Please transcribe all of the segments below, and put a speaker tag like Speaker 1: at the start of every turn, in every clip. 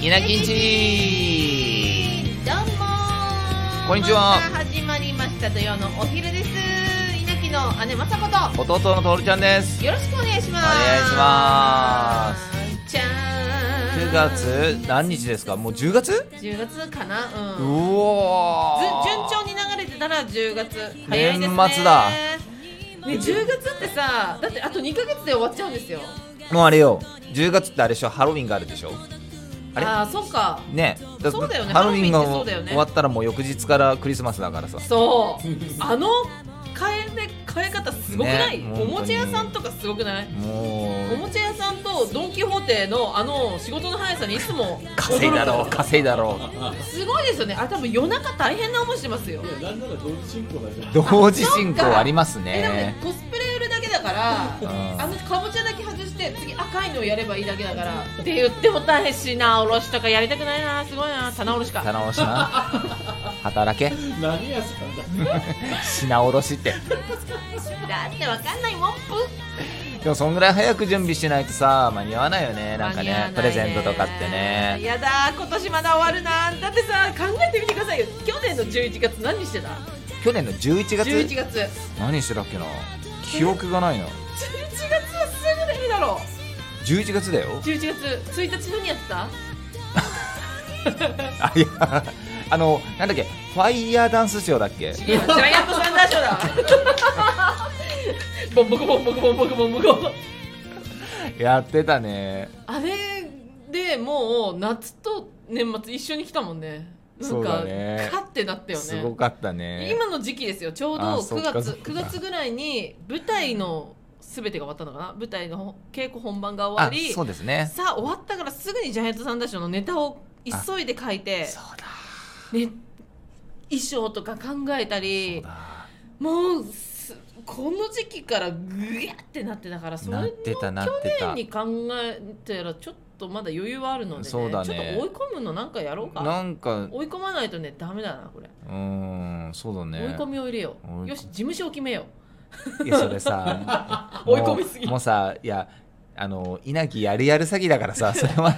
Speaker 1: 稲なきんち
Speaker 2: どうも
Speaker 1: こんにちは
Speaker 2: また始まりました土曜のお昼です稲城の姉雅子と
Speaker 1: 弟のとおるちゃんです
Speaker 2: よろしくお願いします
Speaker 1: お願いしま
Speaker 2: じゃーん
Speaker 1: 9月何日ですかもう10月
Speaker 2: 10月かな
Speaker 1: う
Speaker 2: うん
Speaker 1: お
Speaker 2: ず
Speaker 1: ー
Speaker 2: 順調に流れてたら10月早いですね
Speaker 1: 年末だ
Speaker 2: ね、10月ってさだってあと2ヶ月で終わっちゃうんですよ
Speaker 1: もうあれよ10月ってあれでしょハロウィンがあるでしょあれ
Speaker 2: ああーそっか
Speaker 1: ね
Speaker 2: そうだよね
Speaker 1: ハロウィンが
Speaker 2: ハロウィンってそうだよね
Speaker 1: 終わったらもう翌日からクリスマスだからさ
Speaker 2: そう あの変えめ変え方すごくない、
Speaker 1: ね
Speaker 2: おもちゃ屋さんとかすごくない
Speaker 1: も
Speaker 2: お
Speaker 1: う
Speaker 2: もちゃ屋さんとドン・キホーテのあの仕事の速さにいつも
Speaker 1: 稼いだろう
Speaker 2: 驚く
Speaker 1: 稼いだろ
Speaker 2: すごいですよねあれ多分夜中大変な思いしてますよ
Speaker 3: いや、なんなら同時進行だから
Speaker 1: う同時進行あります
Speaker 2: えでもね
Speaker 1: ね
Speaker 2: コスプレ売るだけだから
Speaker 1: うん
Speaker 2: あのかぼちゃだけ外して次赤いのをやればいいだけだからって言っても大変品卸しとかやりたくないなすごいな棚卸しか
Speaker 1: 棚卸しな働け
Speaker 3: 何屋さんだ
Speaker 1: 品卸しって
Speaker 2: だってわかんないもんぷ
Speaker 1: でもそんぐらい早く準備しないとさ間に合わないよねなんか
Speaker 2: 間に合わ
Speaker 1: ね
Speaker 2: い
Speaker 1: プレゼントとかってね
Speaker 2: やだー今年まだ終わるなーだってさ考えてみてくださいよ去年の11月何してた
Speaker 1: 去年の11月
Speaker 2: ?11 月
Speaker 1: 何してたっけな記憶がないな
Speaker 2: 11月はすぐでいいだろう
Speaker 1: 11月 だよ
Speaker 2: 11月1日何やってた
Speaker 1: あいやあのなんだっけファイヤーダンスショーだっけ
Speaker 2: いやジャイアントサンダーショーだボンボコボンボコボンボコボンボコ
Speaker 1: やってたね
Speaker 2: あれでもう夏と年末一緒に来たもんねなん
Speaker 1: そう
Speaker 2: か
Speaker 1: だね
Speaker 2: カってなったよ
Speaker 1: すご
Speaker 2: ね
Speaker 1: かったね
Speaker 2: 今の時期ですよちょうど
Speaker 1: あそっ
Speaker 2: 9
Speaker 1: か
Speaker 2: 月
Speaker 1: そっか
Speaker 2: 9月ぐらいに舞台の全てが終わったのかな舞台の稽古本番が終わり
Speaker 1: あそうですね
Speaker 2: さあ終わったからすぐにジャイアントサンダーショーのネタを急いで書いて
Speaker 1: そうだ
Speaker 2: ね、衣装とか考えたり
Speaker 1: あ
Speaker 2: もうすこの時期からぐやってなってたからそれ
Speaker 1: な
Speaker 2: の
Speaker 1: ってたなっ
Speaker 2: 去
Speaker 1: てた
Speaker 2: 年に考えたらちょっとまだ余裕はあるので、ね
Speaker 1: そうだね
Speaker 2: ちょっと追い込むのなんかやろうか
Speaker 1: なんか
Speaker 2: 追い込まないとねダメだなこれ、
Speaker 1: うーんそうだ
Speaker 2: 追い
Speaker 1: ね
Speaker 2: 込みを入れよ
Speaker 1: 追い込
Speaker 2: う
Speaker 1: み
Speaker 2: よし事務所を決めよ
Speaker 1: いやそれ さ
Speaker 2: 追い込みすぎ
Speaker 1: もうもうさいやあの稲城やるやる詐欺だからさそれは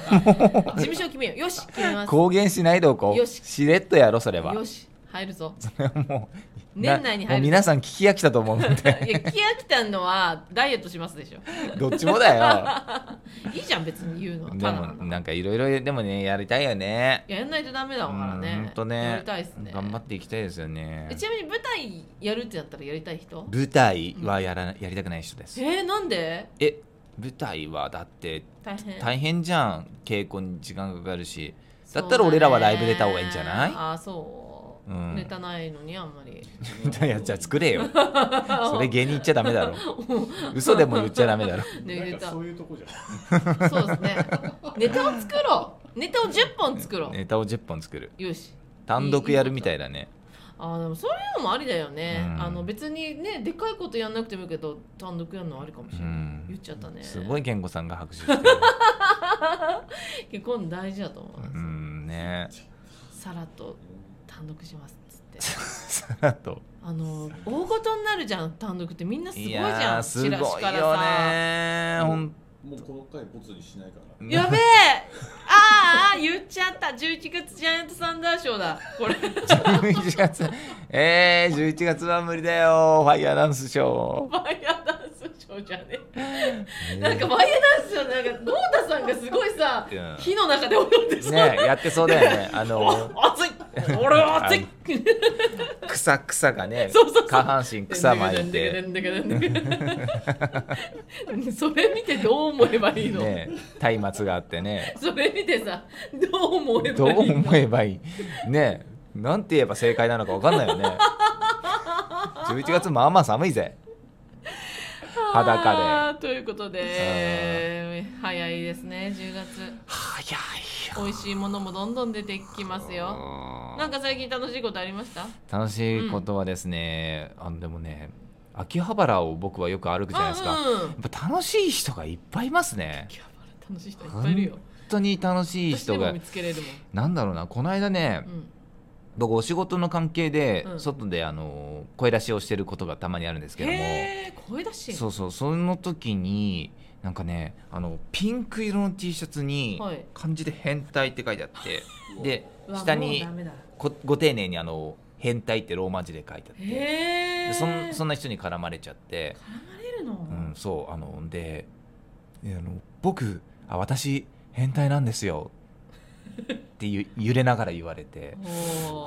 Speaker 2: う事務所を決めようよし決めます
Speaker 1: 公言しないでおこ
Speaker 2: よ
Speaker 1: う
Speaker 2: し
Speaker 1: しれっとやろそれは
Speaker 2: よし入るぞ
Speaker 1: もう
Speaker 2: 年内に入る
Speaker 1: なもう皆さん聞き飽きたと思うん
Speaker 2: い
Speaker 1: で
Speaker 2: や来飽きたのはダイエットしますでしょ
Speaker 1: どっちもだ よ
Speaker 2: いいじゃん別に言うのは
Speaker 1: で
Speaker 2: ただな
Speaker 1: もなんかいろいろでもねやりたいよね
Speaker 2: いややんないとダメだからね
Speaker 1: うんほんとね
Speaker 2: やりたいですね
Speaker 1: 頑張っていきたいですよね
Speaker 2: えちなみに舞台やるってなったらやりたい人
Speaker 1: 舞台はやらなやりたくない人です
Speaker 2: えー、なんで
Speaker 1: え舞台はだって
Speaker 2: 大変
Speaker 1: 大変じゃん稽古に時間かかるし
Speaker 2: そ
Speaker 1: だ
Speaker 2: う
Speaker 1: ったら俺らはライブ出た方がいいんじゃない
Speaker 2: ああそう、
Speaker 1: うん
Speaker 2: ネタないのにあんまり
Speaker 1: いやじゃあ作れよそれ芸人言っちゃダメだろ 嘘でも言っちゃダメだろ
Speaker 2: ね
Speaker 3: な
Speaker 2: ネ
Speaker 3: ん
Speaker 2: タ
Speaker 3: かそ
Speaker 2: そう
Speaker 3: ういうとこじゃ
Speaker 2: ですねネタを作ろうネタを10本作ろう、
Speaker 1: ネタを10本作る
Speaker 2: よし
Speaker 1: 単独やるみたいだね
Speaker 2: あーでもそういうのもありだよね、
Speaker 1: うん
Speaker 2: あの別にねでっかいことやんなくてもいいけど単独やるのはありかもしれない、
Speaker 1: うん
Speaker 2: 言っちゃったね
Speaker 1: すご
Speaker 2: い
Speaker 1: い健吾さんが拍手してる
Speaker 2: 結婚大事だと思います、
Speaker 1: うんね
Speaker 2: さらっと単独しますっつって
Speaker 1: さらっと
Speaker 2: あの大ごとになるじゃん単独ってみんなすごい
Speaker 1: い
Speaker 2: じゃ
Speaker 1: やー
Speaker 2: ん
Speaker 1: すごいよ
Speaker 2: チラシ
Speaker 1: ねほん
Speaker 3: ん。もうこの回ボツにしないから。
Speaker 2: やべえあーあー言っちゃった11月ジャイアントサンダーショーだこれ
Speaker 1: 11月えー、11月は無理だよファイヤーダンスショ
Speaker 2: ワイヤーダンスショーじゃね
Speaker 1: ー
Speaker 2: なんかワイヤーダンスショーなんか豪太さんがすごいさ
Speaker 1: うん
Speaker 2: 火の中で踊ってさ、
Speaker 1: ねやってそうだよねあの
Speaker 2: お熱い俺は熱い
Speaker 1: 草草がね
Speaker 2: そうそうそう
Speaker 1: 下半身草巻いて
Speaker 2: それ見てどう思えばいいの、
Speaker 1: ね松明があってね
Speaker 2: それ見てさどう思えばいいの
Speaker 1: どう思えばいいねえなんて言えば正解なのかわかんないよね11月まあまあ寒いぜ裸で
Speaker 2: あーということで早いですね10月
Speaker 1: 早い
Speaker 2: 美味しいものもどんどん出てきますよなんか最近楽しいことありました
Speaker 1: 楽しいことはですね、あのでもね秋葉原を僕はよく歩くじゃないですか、
Speaker 2: うんうん
Speaker 1: やっぱ楽しい人がいっぱいいますね
Speaker 2: 秋葉原楽しい人いっぱいいるよ
Speaker 1: 本当に楽しい
Speaker 2: 私で
Speaker 1: 人
Speaker 2: も
Speaker 1: が
Speaker 2: 見つけれるもん
Speaker 1: なんだろうなこの間ね、
Speaker 2: うん
Speaker 1: 僕お仕事の関係で
Speaker 2: うん
Speaker 1: 外であの声出しをしてることがたまにあるんですけども
Speaker 2: へえ声出し
Speaker 1: そうそうその時になんかねあのピンク色の T シャツに
Speaker 2: はい
Speaker 1: 漢字で「変態」って書いてあ って、
Speaker 3: うわ
Speaker 1: で
Speaker 2: うわ
Speaker 1: 下
Speaker 2: も
Speaker 1: に
Speaker 2: うダメだ
Speaker 1: こご丁寧にあの「変態」ってローマ字で書いてあって、
Speaker 2: へ
Speaker 1: で
Speaker 2: え
Speaker 1: そんそん
Speaker 2: ん
Speaker 1: な人に絡まれちゃって、
Speaker 2: 絡まれるの、
Speaker 1: うん、そうあのでえあの「僕あ私変態なんですよ」ってゆ揺れながら言われて。
Speaker 2: お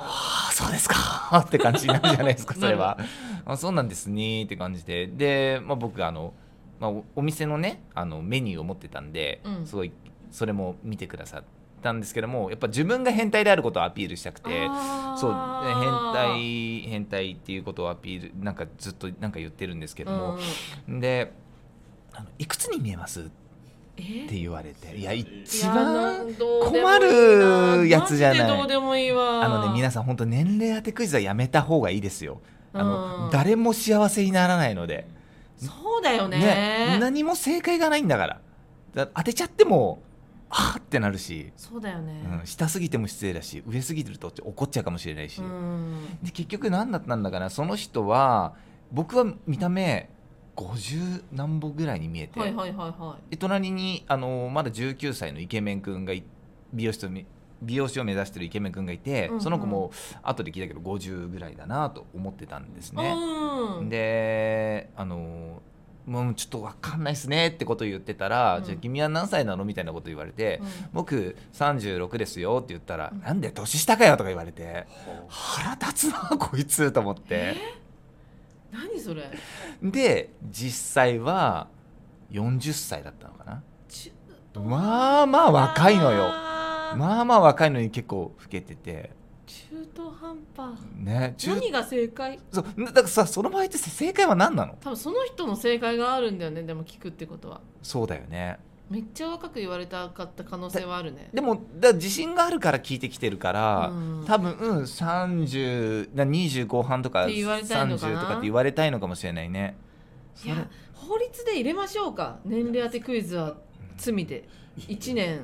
Speaker 2: ー
Speaker 1: ああそうですか って感じになるじゃない ですかそれはあそうなんですねって感じでで、まあ、僕あの、まあ、おお店のねあのメニューを持ってたんで、
Speaker 2: うん
Speaker 1: すごいそれも見てくださったんですけどもやっぱ自分が変態であることをアピールしたくて
Speaker 2: あー
Speaker 1: そう変態変態っていうことをアピールなんかずっとなんか言ってるんですけど
Speaker 2: うんう
Speaker 1: も
Speaker 2: ん、
Speaker 1: であの「いくつに見えます?」っ
Speaker 2: え
Speaker 1: て言われていや一
Speaker 2: いやな
Speaker 1: 番
Speaker 2: んどうでもいい
Speaker 1: 困るやつじゃない
Speaker 2: マジでどうでもいいわ
Speaker 1: あのね皆
Speaker 2: さ
Speaker 1: さん本当年齢当てクイズはやめた方がいいですよ。あの、
Speaker 2: うん
Speaker 1: 誰も幸せにならないので、
Speaker 2: そうだよね
Speaker 1: ね何も正解がないんだからだ当てちゃってもあーってなるし、
Speaker 2: そうだよね
Speaker 1: うん、下すぎても失礼だし上すぎると怒っちゃうかもしれないし、
Speaker 2: うん
Speaker 1: で結局何だったんだかなその人は僕は見た目50何歩ぐらいに見えて、
Speaker 2: はいはいはいは
Speaker 1: で隣にあのまだ19歳のイケメン君がい美容師とみ美容師を目指してるイケメン君がいて、
Speaker 2: うんうん
Speaker 1: その子も後で聞いたけど50ぐらいだなと思ってたんです
Speaker 2: い、
Speaker 1: ね。
Speaker 2: うん
Speaker 1: であのもうちょっとわかんないっすねってことを言ってたら、
Speaker 2: うん
Speaker 1: じゃあ君は何歳なのみたいなこと言われて、
Speaker 2: う
Speaker 1: 僕36ですよって言ったら、
Speaker 2: うん
Speaker 1: なんで年下かよとか言われて
Speaker 3: はあ
Speaker 1: 腹立つな こいつと思って
Speaker 2: ん何それ
Speaker 1: で実際は40歳だったのかな
Speaker 2: ち
Speaker 1: まあまあ若いのよ
Speaker 2: あー
Speaker 1: まあまあ若いのに結構老けてて
Speaker 2: 中途半端
Speaker 1: ね中
Speaker 2: 何が正解
Speaker 1: そうだからさその場合ってさ正解は何なの
Speaker 2: 多分その人の正解があるんだよねでも聞くってことは
Speaker 1: そうだよね
Speaker 2: めっちゃ若く言われたかった可能性はあるね
Speaker 1: でもだから自信があるから聞いてきてるから、
Speaker 2: うん
Speaker 1: 多分、うん、30な20後半とか
Speaker 2: って言われたいのかな
Speaker 1: 30とかって言われたいのかもしれないねそ
Speaker 2: い
Speaker 1: れ
Speaker 2: や法律で入れましょうか年齢当てクイズは罪で1年
Speaker 3: いやいや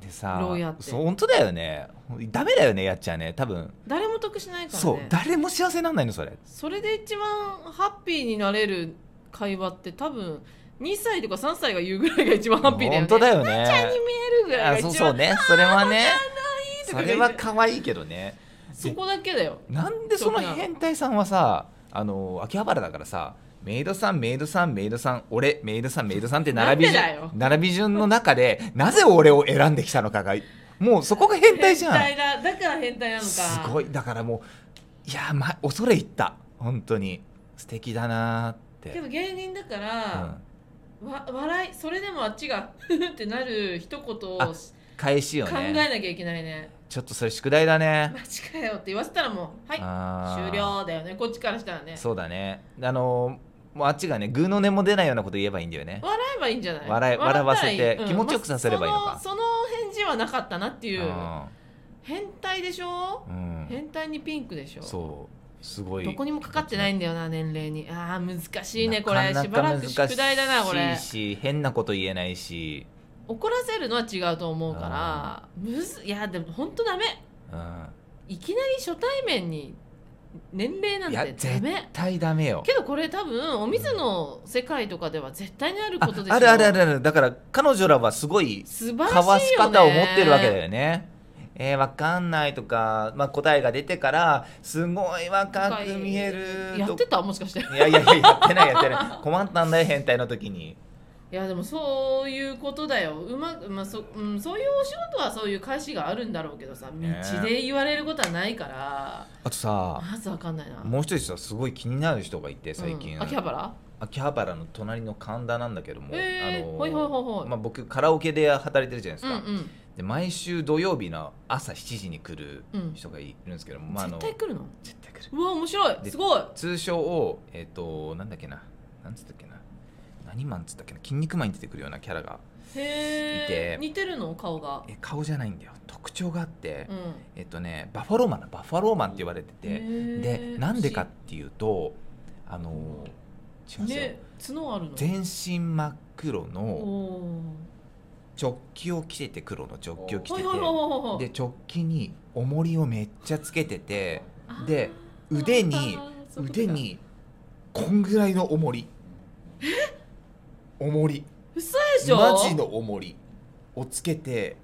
Speaker 1: でさ
Speaker 2: 牢屋って
Speaker 1: そう本当だよねダメだよねやっちゃんね多分
Speaker 2: 誰も得しないから
Speaker 1: そう
Speaker 2: ね
Speaker 1: 誰も幸せになんないのそれ
Speaker 2: それで一番ハッピーになれる会話って多分2歳とか3歳が言うぐらいが一番ハッピーだよね
Speaker 1: 本当だよ
Speaker 2: ちゃん
Speaker 1: ね
Speaker 2: に見えるぐら
Speaker 1: あ
Speaker 2: い
Speaker 1: そ
Speaker 2: が
Speaker 1: う
Speaker 2: 一
Speaker 1: そう
Speaker 2: 番
Speaker 1: ねそれはね
Speaker 2: いいと
Speaker 1: そ
Speaker 2: か
Speaker 1: れ
Speaker 2: 言っ
Speaker 1: は
Speaker 2: て
Speaker 1: 可愛いけどね
Speaker 2: そこだけだよ
Speaker 1: なんでその変態さんはさあの秋葉原だからさメイドさんメイドさんメイドさん俺メイドさんメイドさんって並び順
Speaker 2: なんでだよ
Speaker 1: 並び順の中でなぜ俺を選んできたのかがもうそこが変態じゃん
Speaker 2: 変態だだから変態なのか
Speaker 1: すごいだからもういやー、ま、恐れ入った本当に素敵だなーっ
Speaker 2: け
Speaker 1: て、
Speaker 2: ど芸人だか
Speaker 1: う
Speaker 2: ら
Speaker 1: ん、、
Speaker 2: わ笑いそれでもあっちがってなる一言を
Speaker 1: あ
Speaker 2: 考
Speaker 1: 返しよね
Speaker 2: えなきゃいけないね
Speaker 1: ちょっとそれ宿題だね
Speaker 2: マジかよって言わせたらもうはい
Speaker 1: あー
Speaker 2: 終了だよねこっちからしたらね
Speaker 1: そうだねあのーもうあっちがねグーの音も出ないようなこと言えばいいんだよね
Speaker 2: 笑えばいいんじゃない
Speaker 1: 笑え
Speaker 2: ったら
Speaker 1: 笑わせて気持ちよくさせればいいのか
Speaker 2: まあそのその返事はなかったなっていう変態でしょ
Speaker 1: うんうん
Speaker 2: 変態にピンクでしょ
Speaker 1: そうすごい
Speaker 2: どこにもかかってないんだよな年齢にあー難しいねこれ
Speaker 1: な
Speaker 2: し
Speaker 1: か
Speaker 2: ば
Speaker 1: な
Speaker 2: ら
Speaker 1: か
Speaker 2: く宿題だなこ
Speaker 1: 難
Speaker 2: れ
Speaker 1: しいし変なこと言えないし、
Speaker 2: 怒らせるのは違うと思うからむずいやでもほんとダメ
Speaker 1: うん、
Speaker 2: いきなり初対面に年齢なん
Speaker 1: いや
Speaker 2: てダ
Speaker 1: 絶
Speaker 2: メ
Speaker 1: 対ダメよ
Speaker 2: けどこれ多分お水の世界とかでは絶対にある
Speaker 1: あ
Speaker 2: ことでしょ
Speaker 1: あるあるあるあるだから彼女らはすごい
Speaker 2: 素晴らしいよね
Speaker 1: かわし方を持ってるわけだよね。えー、わかんないとか、まあ、答えが出てからすごい若く見える
Speaker 2: やっ
Speaker 1: と
Speaker 2: てたもしかして
Speaker 1: いやいやいややってないやってない困ったんだよ変態の時に
Speaker 2: いやでもそういうことだようまく、まあそうん、そういうお仕事はそういう返しがあるんだろうけどさ
Speaker 1: ね
Speaker 2: 道で言われることはないから、
Speaker 1: あとさ
Speaker 2: まずわかんないな
Speaker 1: もう一人さすごい気になる人がいて
Speaker 2: う
Speaker 1: 最近、
Speaker 2: ん、秋葉原
Speaker 1: 秋葉原の隣の神田なんだけども、
Speaker 2: えー
Speaker 1: あの
Speaker 2: ほいほいほいほい
Speaker 1: まあ、僕カラオケで働いてるじゃないです
Speaker 2: うん
Speaker 1: か、
Speaker 2: うん、
Speaker 1: で毎週土曜日の朝7時に来る
Speaker 2: うん
Speaker 1: 人がいるんですけども、まあ、あの
Speaker 2: 絶対来るの
Speaker 1: 絶対来る
Speaker 2: うわ面白い
Speaker 1: です
Speaker 2: ごい
Speaker 1: 通称をえっ、となんだっけななんつったっけな何マンつったっけな筋肉マンに出てくるようなキャラがい
Speaker 2: へ
Speaker 1: て
Speaker 2: え似てるの顔が
Speaker 1: え顔じゃないんだよ特徴があって、
Speaker 2: うん
Speaker 1: えっ、とねバファローマンだバファローマンって言われてて、でなんでかっていうとあの違うんですよ、
Speaker 2: ね角あるの
Speaker 1: 全身真っ黒の
Speaker 2: おー
Speaker 1: チョッキを着てて黒のチョッキを着
Speaker 2: ほ
Speaker 1: て
Speaker 2: い
Speaker 1: て
Speaker 2: ほいほいほいほい
Speaker 1: でチョッキに重りをめっちゃつけてて
Speaker 2: あー
Speaker 1: で腕に
Speaker 2: あーそういうことか
Speaker 1: 腕にこんぐらいの重り重り
Speaker 2: 嘘でしょ
Speaker 1: マジの重りをつけて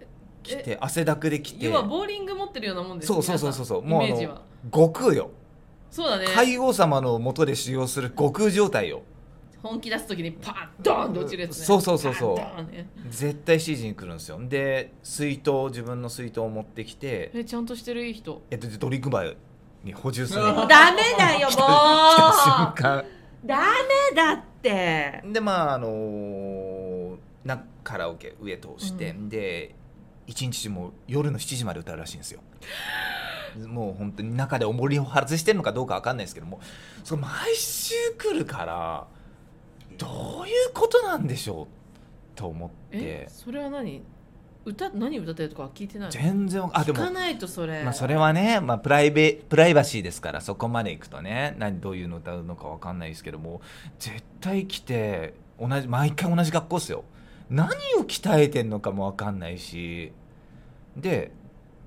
Speaker 1: きて汗だくできて
Speaker 2: 要はボーリング持ってるようなもんです
Speaker 1: そうそうそうそうそう
Speaker 2: 皆
Speaker 1: も
Speaker 2: さ
Speaker 1: うんあ
Speaker 2: イメージは
Speaker 1: の悟空よ
Speaker 2: そうだね
Speaker 1: 海王様のもとで使用する悟空状態よ
Speaker 2: 本気出す時にパーンドーンって落ちるやつね
Speaker 1: そうそうそうそう
Speaker 2: パーンドーンね
Speaker 1: 絶対 CG に来るんですよで水筒自分の水筒を持ってきて
Speaker 2: えちゃんとしてるいい人
Speaker 1: えっとドリンクバーに補充する
Speaker 3: あ
Speaker 1: 来
Speaker 2: ダメだ よ
Speaker 1: た
Speaker 2: も
Speaker 1: 瞬
Speaker 2: う
Speaker 1: 間
Speaker 2: ダメだって
Speaker 1: でまああのーなカラオケ上通して、
Speaker 2: う
Speaker 1: で一日中もう夜の7時まで歌うらしいんですよもう本当に中で重りを外してるのかどうかわかんないですけどもそれ毎週来るからどういうことなんでしょうと思っ
Speaker 2: え
Speaker 1: て
Speaker 2: それは何歌何歌ってるとかは聞いてないの
Speaker 1: 全然あで
Speaker 2: 聞
Speaker 1: も
Speaker 2: かないとそれ
Speaker 1: まあ、それはね、まあ、プライベプライバシーですからそこまでいくとね何どういうの歌うのかわかんないですけども絶対来て同じ毎回同じ格好っすよ何を鍛えてんのかもわかんないしで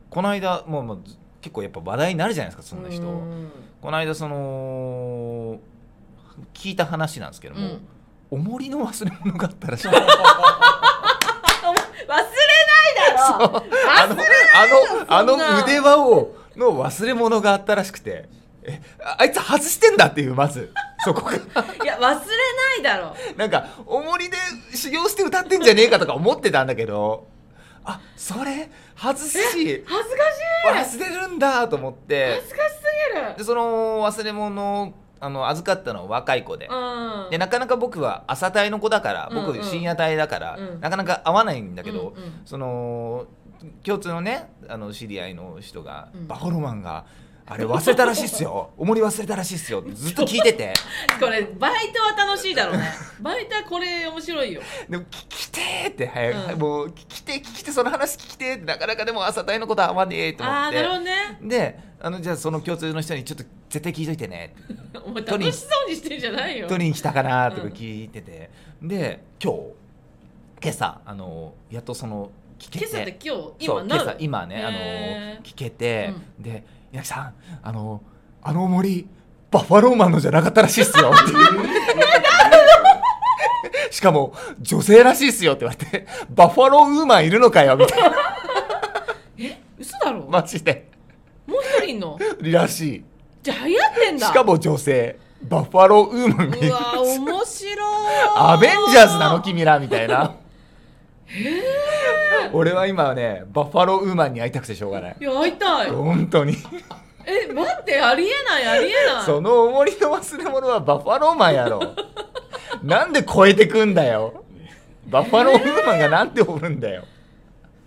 Speaker 1: この間もうもうず結構やっぱ話題になるじゃないですかそんな人
Speaker 2: うん
Speaker 1: この間その聞いた話なんですけど
Speaker 2: う
Speaker 1: も、
Speaker 2: ん
Speaker 1: 重りの忘れ物があったらしい
Speaker 2: 忘れないだろ
Speaker 1: あのあの
Speaker 2: そんな
Speaker 1: あの腕輪をの忘れ物があったらしくてえああいつ外してんだっていうまず そこが
Speaker 2: いや忘れないだろ
Speaker 1: なんか重りで修行して歌ってんじゃねえかとか思ってたんだけどあそれ外すし
Speaker 2: 恥ずかしい
Speaker 1: 忘れるんだと思って
Speaker 2: 恥ずかしすぎる
Speaker 1: でその忘れ物をあの預かったのは若い子で。
Speaker 2: うん
Speaker 1: でなかなか僕は朝帯の子だから
Speaker 2: うんう
Speaker 1: 僕
Speaker 2: ん
Speaker 1: 深夜帯だから、
Speaker 2: うん
Speaker 1: なかなか会わないんだけど、
Speaker 2: うんうん
Speaker 1: その共通のねあの知り合いの人が、
Speaker 2: うん
Speaker 1: バホロマンがあれ忘れたらしいっす よ重り忘れたらしいっすよってずっと聞いてて
Speaker 2: これバイトは楽しいだろ うねバイトはこれ面白いよ
Speaker 1: でも聞きてーって早く、
Speaker 2: うん
Speaker 1: もう聞きて聞きてその話聞きてーってなかなかでも朝帯のことは会わねえと思
Speaker 2: ああ
Speaker 1: っ
Speaker 2: ーなるほど
Speaker 1: て
Speaker 2: ね
Speaker 1: であのじゃあその共通の人にちょっと絶対聞いといてね
Speaker 2: お前
Speaker 1: トニー
Speaker 2: 楽しそうにしてんじゃないよ
Speaker 1: どれに来たかなとか聞いてて、で今日今朝あのやっとその聞け
Speaker 2: 今
Speaker 1: て
Speaker 2: 朝って今日
Speaker 1: そう今
Speaker 2: 今な
Speaker 1: 朝今ねあ
Speaker 2: へ
Speaker 1: の聞けて、で「稲木さんあのあの森バッファローマンのじゃなかったらしいっす よ」 っていうしかも「女性らしいっすよ」って言われて「バッファローウーマンいるのかよ」みたい な
Speaker 2: 嘘だろもう
Speaker 1: マジで
Speaker 2: 一人いんの
Speaker 1: らしい
Speaker 2: じゃあ流行ってんだ
Speaker 1: しかも女性バッファローウーマンがいうる
Speaker 2: わ面白い
Speaker 1: アベンジャーズなの君らみたいな俺は今はねバッファローウーマンに会いたくてしょうがない
Speaker 2: いや会いたい
Speaker 1: 本当に
Speaker 2: え待ってありえないありえない
Speaker 1: その重りの忘れ物はバッファローマンやろなんで超えてくんだよバッファローウーマンがなんておるんだよ、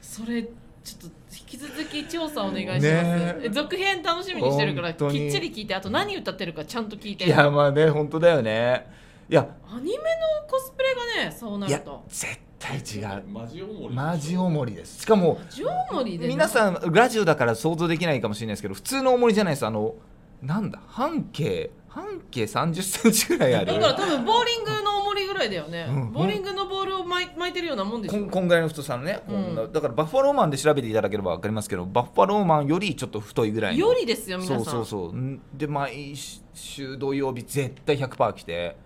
Speaker 2: それちょっと引き続き調査お願いします、
Speaker 1: ねえ
Speaker 2: え続編楽しみにしてるから
Speaker 1: 本当に
Speaker 2: きっちり聞いてあと何歌ってるかちゃんと聞いて
Speaker 1: いやまあね本当だよねいや
Speaker 2: アニメのコスプレがねそうない
Speaker 1: や
Speaker 2: ると
Speaker 1: 絶対違う
Speaker 3: マジ重り
Speaker 1: マジ重りですしかも
Speaker 2: ジョーモリで
Speaker 1: 皆さんラジオだから想像できないかもしれないですけど普通の重りじゃないですあのなんだ半径半径3 0ンチぐらいあ
Speaker 2: だ
Speaker 1: る
Speaker 2: から多分ボーリングの重りぐらいだよね、
Speaker 1: うん
Speaker 2: ボーリングのボールを巻い巻いてるようなもんでし
Speaker 1: こ
Speaker 2: ょ
Speaker 1: んこんぐらいの太さのね、こんな
Speaker 2: う
Speaker 1: だからバッファローマンで調べていただければ分かりますけどバッファローマンよりちょっと太いぐらいの
Speaker 2: よりですよ皆さ
Speaker 1: そ
Speaker 2: ん
Speaker 1: うそうそううんで毎週土曜日絶対100%来て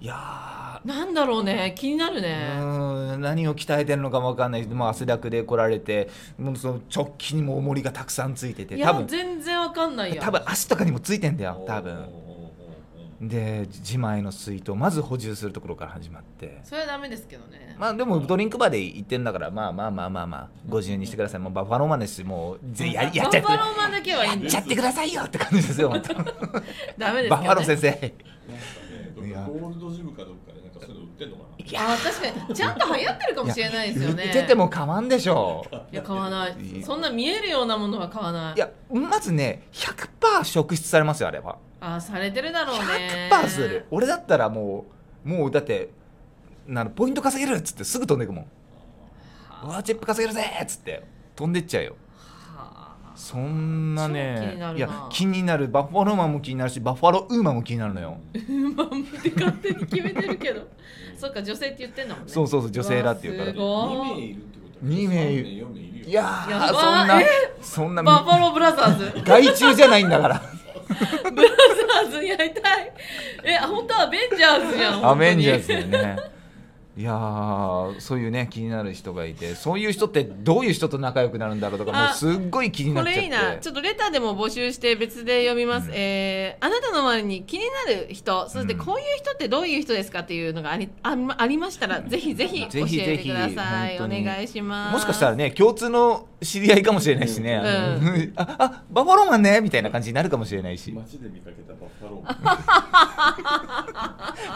Speaker 1: いや
Speaker 2: なんだろうね気になる
Speaker 1: ーう
Speaker 2: ね、
Speaker 1: ーん何を鍛えてるのかも分かんないし、まあ、汗だくで来られてもうその直帰にも重りがたくさんついてて
Speaker 2: い
Speaker 1: 多
Speaker 2: や
Speaker 1: 分
Speaker 2: 全然わかんないや
Speaker 1: 多分足とかにもついてんだよ多
Speaker 3: おーおー
Speaker 1: 分
Speaker 3: おーおー
Speaker 1: で自前の水筒まず補充するところから始まって
Speaker 2: それはダメですけどね、
Speaker 1: まあでもドリンクバーで行ってんだからまあまあまあまあまあご自由にしてくださいもうバッファローマンですしもうぜやや
Speaker 2: バ
Speaker 1: っちゃ
Speaker 2: ッ
Speaker 1: っ
Speaker 2: フ
Speaker 1: て
Speaker 2: ァローマンだけはいいん
Speaker 1: や
Speaker 2: で
Speaker 1: っ
Speaker 2: す
Speaker 1: ちゃってくださいよって感じですよまたバッ
Speaker 2: ダメです
Speaker 1: ファ
Speaker 2: け
Speaker 1: ロ
Speaker 2: ど
Speaker 1: ー
Speaker 2: ね
Speaker 1: 先生
Speaker 3: なんか
Speaker 1: い
Speaker 3: ね、
Speaker 1: や
Speaker 3: どっかゴールドジムかどっかでなんかそういうの売ってんのかな。
Speaker 1: い
Speaker 2: あー確かにちゃんと流行ってるかもしれないですよね
Speaker 1: 売ってても買わんでしょう
Speaker 2: いや買わない
Speaker 1: いい
Speaker 2: そんな見えるようなものは買わない
Speaker 1: いやまずね100%職質されますよあれは
Speaker 2: あーされてるだろうね
Speaker 1: 100%する俺だったらもうもうだってなのポイント稼げるっつってすぐ飛んでいくもん
Speaker 2: は
Speaker 1: ワーチップ稼げるぜっつって飛んでっちゃうよ
Speaker 2: あは
Speaker 1: そんな
Speaker 2: 超
Speaker 1: ね
Speaker 2: 気になるない
Speaker 1: や気になるバッファローマンも気になるしバッファローウーマンも気になるのよ、
Speaker 2: まあって勝手に決めてるけどそっか女性って言ってんだもんね
Speaker 1: そうそうそう女性だっていうから
Speaker 2: すご
Speaker 3: 2名
Speaker 2: い
Speaker 3: いるってこと
Speaker 1: 二名いる
Speaker 3: 4名いるよ
Speaker 1: いやー
Speaker 2: やば
Speaker 1: そんな
Speaker 2: え
Speaker 1: そんな
Speaker 2: バッファローブラザーズ
Speaker 1: 害虫じゃないんだから
Speaker 2: ブラザーズやりたいえ本当はアベンジャーズじゃん本当に
Speaker 1: アメンジャーズだよねいやーそういうね気になる人がいてそういう人ってどういう人と仲良くなるんだろうとかもう
Speaker 2: あ
Speaker 1: すっごい気にな
Speaker 2: こ
Speaker 1: っちゃっ
Speaker 2: れ
Speaker 1: て
Speaker 2: いいなちょっとレターでも募集して別で読みます、
Speaker 1: うん
Speaker 2: えーあなたの周りに気になる人そして
Speaker 1: うん
Speaker 2: こういう人ってどういう人ですかっていうのがありあんありましたらぜひぜひ
Speaker 1: ぜ
Speaker 2: 教
Speaker 1: ひぜ
Speaker 2: え
Speaker 1: ひ
Speaker 2: てくださいお
Speaker 1: 本当に
Speaker 2: 願いします
Speaker 1: もしかしたらね共通の知り合いかもしれないしね、
Speaker 3: うん
Speaker 1: あのああバッファローマンねみたいな感じになるかもしれないし
Speaker 3: 街で見かけたバッファローマン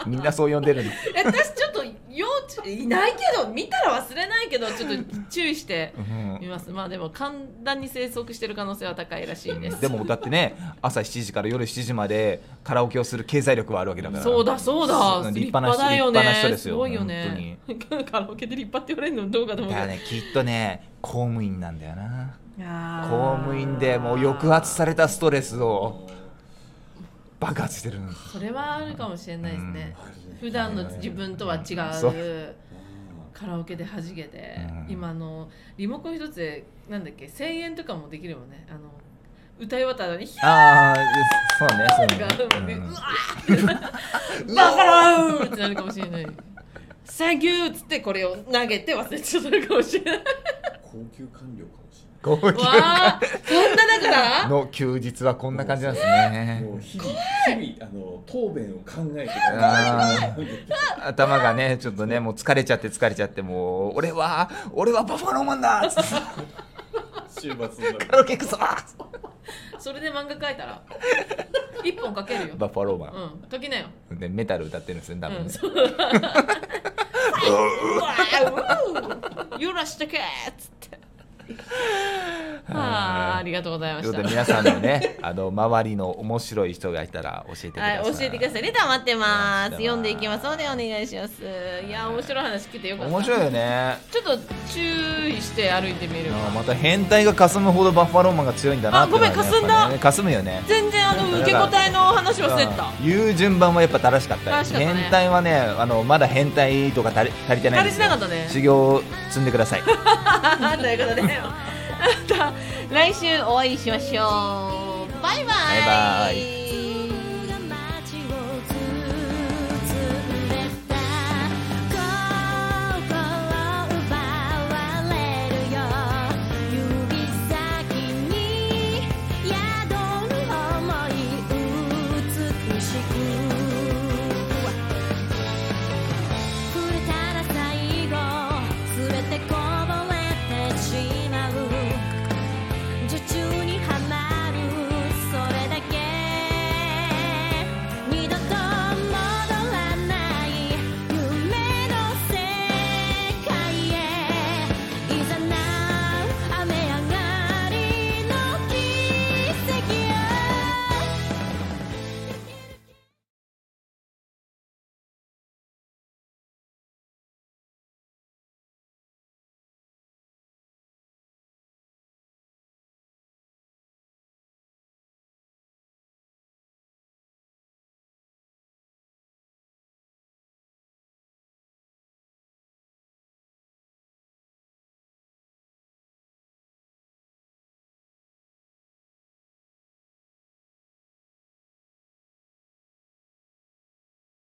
Speaker 1: みんなそう呼んでるの
Speaker 2: え私ちょっと幼稚いないけど見たら忘れないけどちょっと注意して
Speaker 1: うん
Speaker 2: みますまあでも簡単に生息してる可能性は高いらしいです
Speaker 1: でもだってね朝7時から夜7時までカラオケをする経済力はあるわけだから
Speaker 2: そうだそうだ
Speaker 1: 立
Speaker 2: 立
Speaker 1: 派
Speaker 2: 派
Speaker 1: な人
Speaker 2: だよ
Speaker 1: 立
Speaker 2: ね
Speaker 1: 派な人ですよ
Speaker 2: ごいよね カラオケで立派って言われるのどうかと
Speaker 1: だ
Speaker 2: 思う
Speaker 1: から
Speaker 2: け
Speaker 1: ねきっとね公務員なんだよな
Speaker 2: どいや
Speaker 1: 公
Speaker 2: ー
Speaker 1: 務員でもう抑圧されたストレスを爆発してるの
Speaker 2: それはあるかもしれないですね、
Speaker 3: あるね
Speaker 2: 普段の自分とは違
Speaker 1: そう
Speaker 3: あ
Speaker 2: カラオケで弾けて、
Speaker 1: うん
Speaker 2: 今あのリモコン一つでなんだっけ1000円とかもできるもんねあの歌い終わった後にヒャ
Speaker 1: ああそうねそうね
Speaker 2: ーとか、う
Speaker 1: うん
Speaker 2: うわーってバカローってなるかもしれない「サンキュー」っつってこれを投げて忘れちゃったかもし れない
Speaker 3: ー高級官僚かもし
Speaker 1: 高級
Speaker 2: わあそんなだから
Speaker 1: の休日はこんな感じなんですね
Speaker 3: れないもう日々日々あの答弁を考えて
Speaker 1: あ
Speaker 3: 考え て
Speaker 1: 頭がねちょっとねもう疲れちゃって疲れちゃってもう俺は俺はバファローマンだつって
Speaker 3: 週末になる
Speaker 1: カラオケ行くぞ
Speaker 2: それで漫画描いたら一本描けるよ
Speaker 1: バファローマン、
Speaker 2: うん、解きなよ
Speaker 1: でメタル歌ってるんですね多分
Speaker 2: う
Speaker 1: ね
Speaker 2: ん、そう。揺らしとけっ つって。はあ、ありがとうございま
Speaker 1: というこ
Speaker 2: した
Speaker 1: とで。皆さんのねあの周りの面白い人がいたら教えてくださ、
Speaker 2: はいい、教えてください。レター待っ
Speaker 1: 待って
Speaker 2: てま
Speaker 1: ます
Speaker 2: す。読んでいきますので、お願いします。いや、面白い話聞いてよかった。
Speaker 1: 面白いよね
Speaker 2: ちょっと注意して歩いてみるわ
Speaker 1: あまた変態が霞むほどバッファローマンが強いんだなっていうのはね
Speaker 2: あごめん霞んだ
Speaker 1: やっぱね霞むよね
Speaker 2: 全然、あの、受け答えの話忘れてた。
Speaker 1: 言う順番はやっぱ正しかったよ
Speaker 2: 正しかったね
Speaker 1: 変態はねあのまだ変態とか足り足りてないんですよ
Speaker 2: 足りてなかったね
Speaker 1: 修行を積んでください
Speaker 2: ということで、また来週お会いしましょう。バイバイ。
Speaker 1: バイバイ